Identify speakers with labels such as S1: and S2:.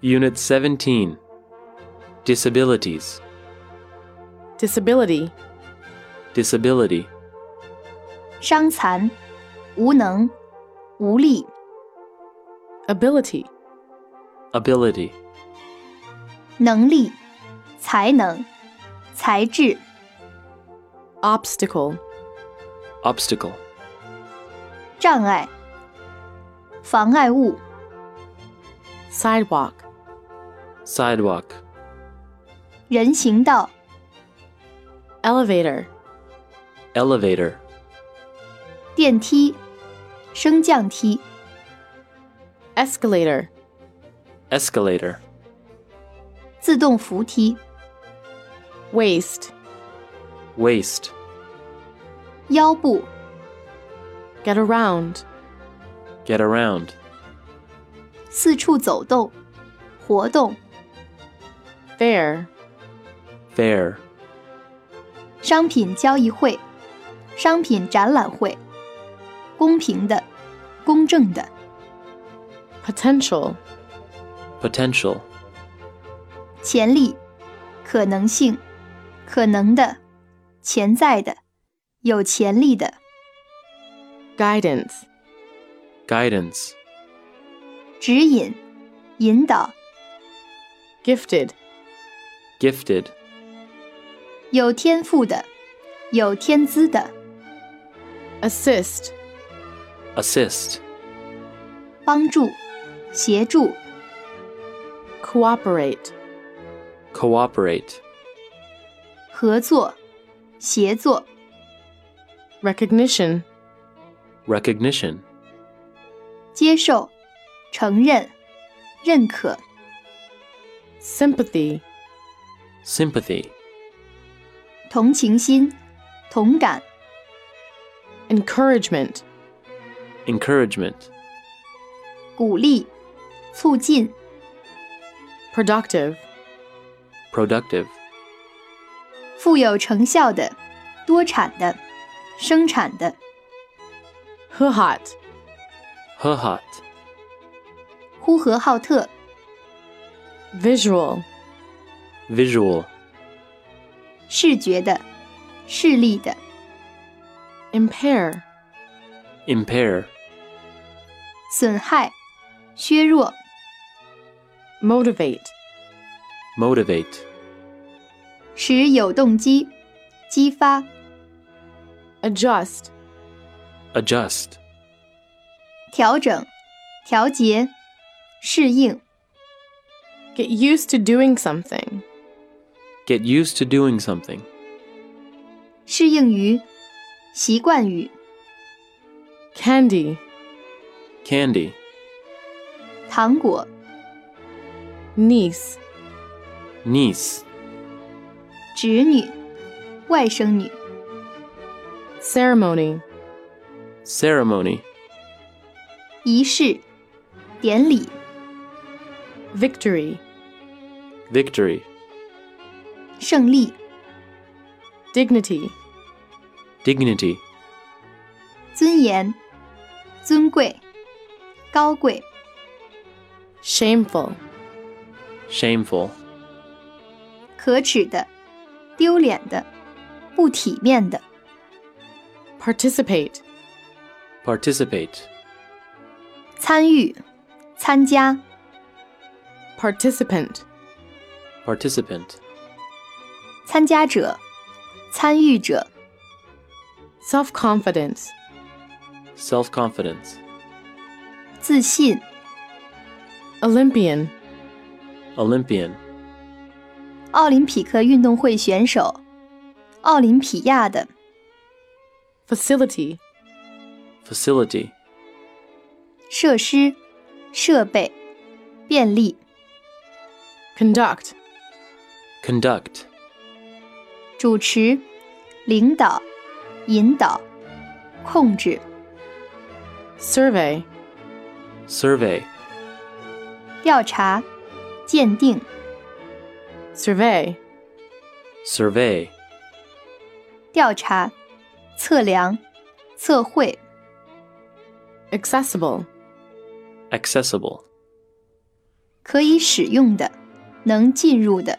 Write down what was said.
S1: Unit 17 Disabilities,
S2: disability,
S1: Disability,
S3: 伤残、无能、无力、
S2: ability,
S1: Ability,
S3: 能力、才能、才智、
S2: obstacle,
S1: Obstacle,
S3: 障碍、妨碍物、
S2: sidewalk,
S1: Sidewalk,
S3: 人行道、
S2: elevator,
S1: Elevator,
S3: 电梯、升降梯、
S2: escalator,
S1: Escalator,
S3: 自动扶梯、
S2: waist,
S1: Waist,
S3: 腰部、
S2: get around,
S1: Get Around,
S3: 四处走动、活动、
S2: fair,
S1: Fair,
S3: 商品交易会、商品展览会、公平的、公正的、
S2: potential,
S1: Potential,
S3: 潜力、可能性、可能的、潜在的、有潜力的、
S2: guidance,
S1: Guidance,
S3: 指引、引导、
S2: gifted,
S1: Gifted,
S3: 有天赋的、有天资的、
S2: assist,
S1: Assist,
S3: 帮助、协助、
S2: cooperate,
S1: Cooperate,
S3: 合作、协作、
S2: recognition,
S1: Recognition,
S3: 接受、承认、认可、
S2: sympathy,
S1: Sympathy,
S3: 同情心、同感、
S2: encouragement,
S1: Encouragement,
S3: 鼓励、促进、
S2: productive,
S1: Productive,
S3: 富有成效的、多产的、生产的、
S2: huhat,
S1: Hot,
S3: 呼和浩特、
S2: visual,
S1: Visual,
S3: 视觉的、视力的、
S2: impair,
S1: Impair,
S3: 损害、削弱、
S2: motivate,
S1: Motivate,
S3: 使有动机、激发、
S2: adjust,
S1: Adjust,
S3: 调整、调节、适应、
S2: get used to doing something,
S1: Get used to doing something,
S3: 适应于、习惯于、
S2: candy,
S1: Candy,
S3: 糖果、
S2: niece,
S1: Niece,
S3: 侄女、外甥女、
S2: ceremony,
S1: Ceremony,
S3: 仪式、典礼、
S2: victory,
S1: Victory,
S3: 胜利、
S2: dignity,
S1: Dignity,
S3: 尊严、尊贵、高贵、
S2: shameful,
S1: Shameful,
S3: 可耻的、丢脸的、不体面的、
S2: participate,
S1: Participate,
S3: 参与、参加、
S2: participant,
S1: Participant,
S3: 参加者、参与者、
S2: self confidence,
S1: Self confidence,
S3: 自信、
S2: Olympian,
S1: Olympian,
S3: 奥林匹克运动会选手、奥林匹亚的、
S2: facility,
S1: Facility,
S3: 设施、设备、便利、
S2: conduct,
S1: Conduct,
S3: 主持、领导、引导、控制、
S2: survey,
S1: Survey,
S3: 调查、鉴定、
S2: survey,
S1: Survey,
S3: 调查、测量、测绘、
S2: accessible,
S1: Accessible,
S3: 可以使用的，能进入的。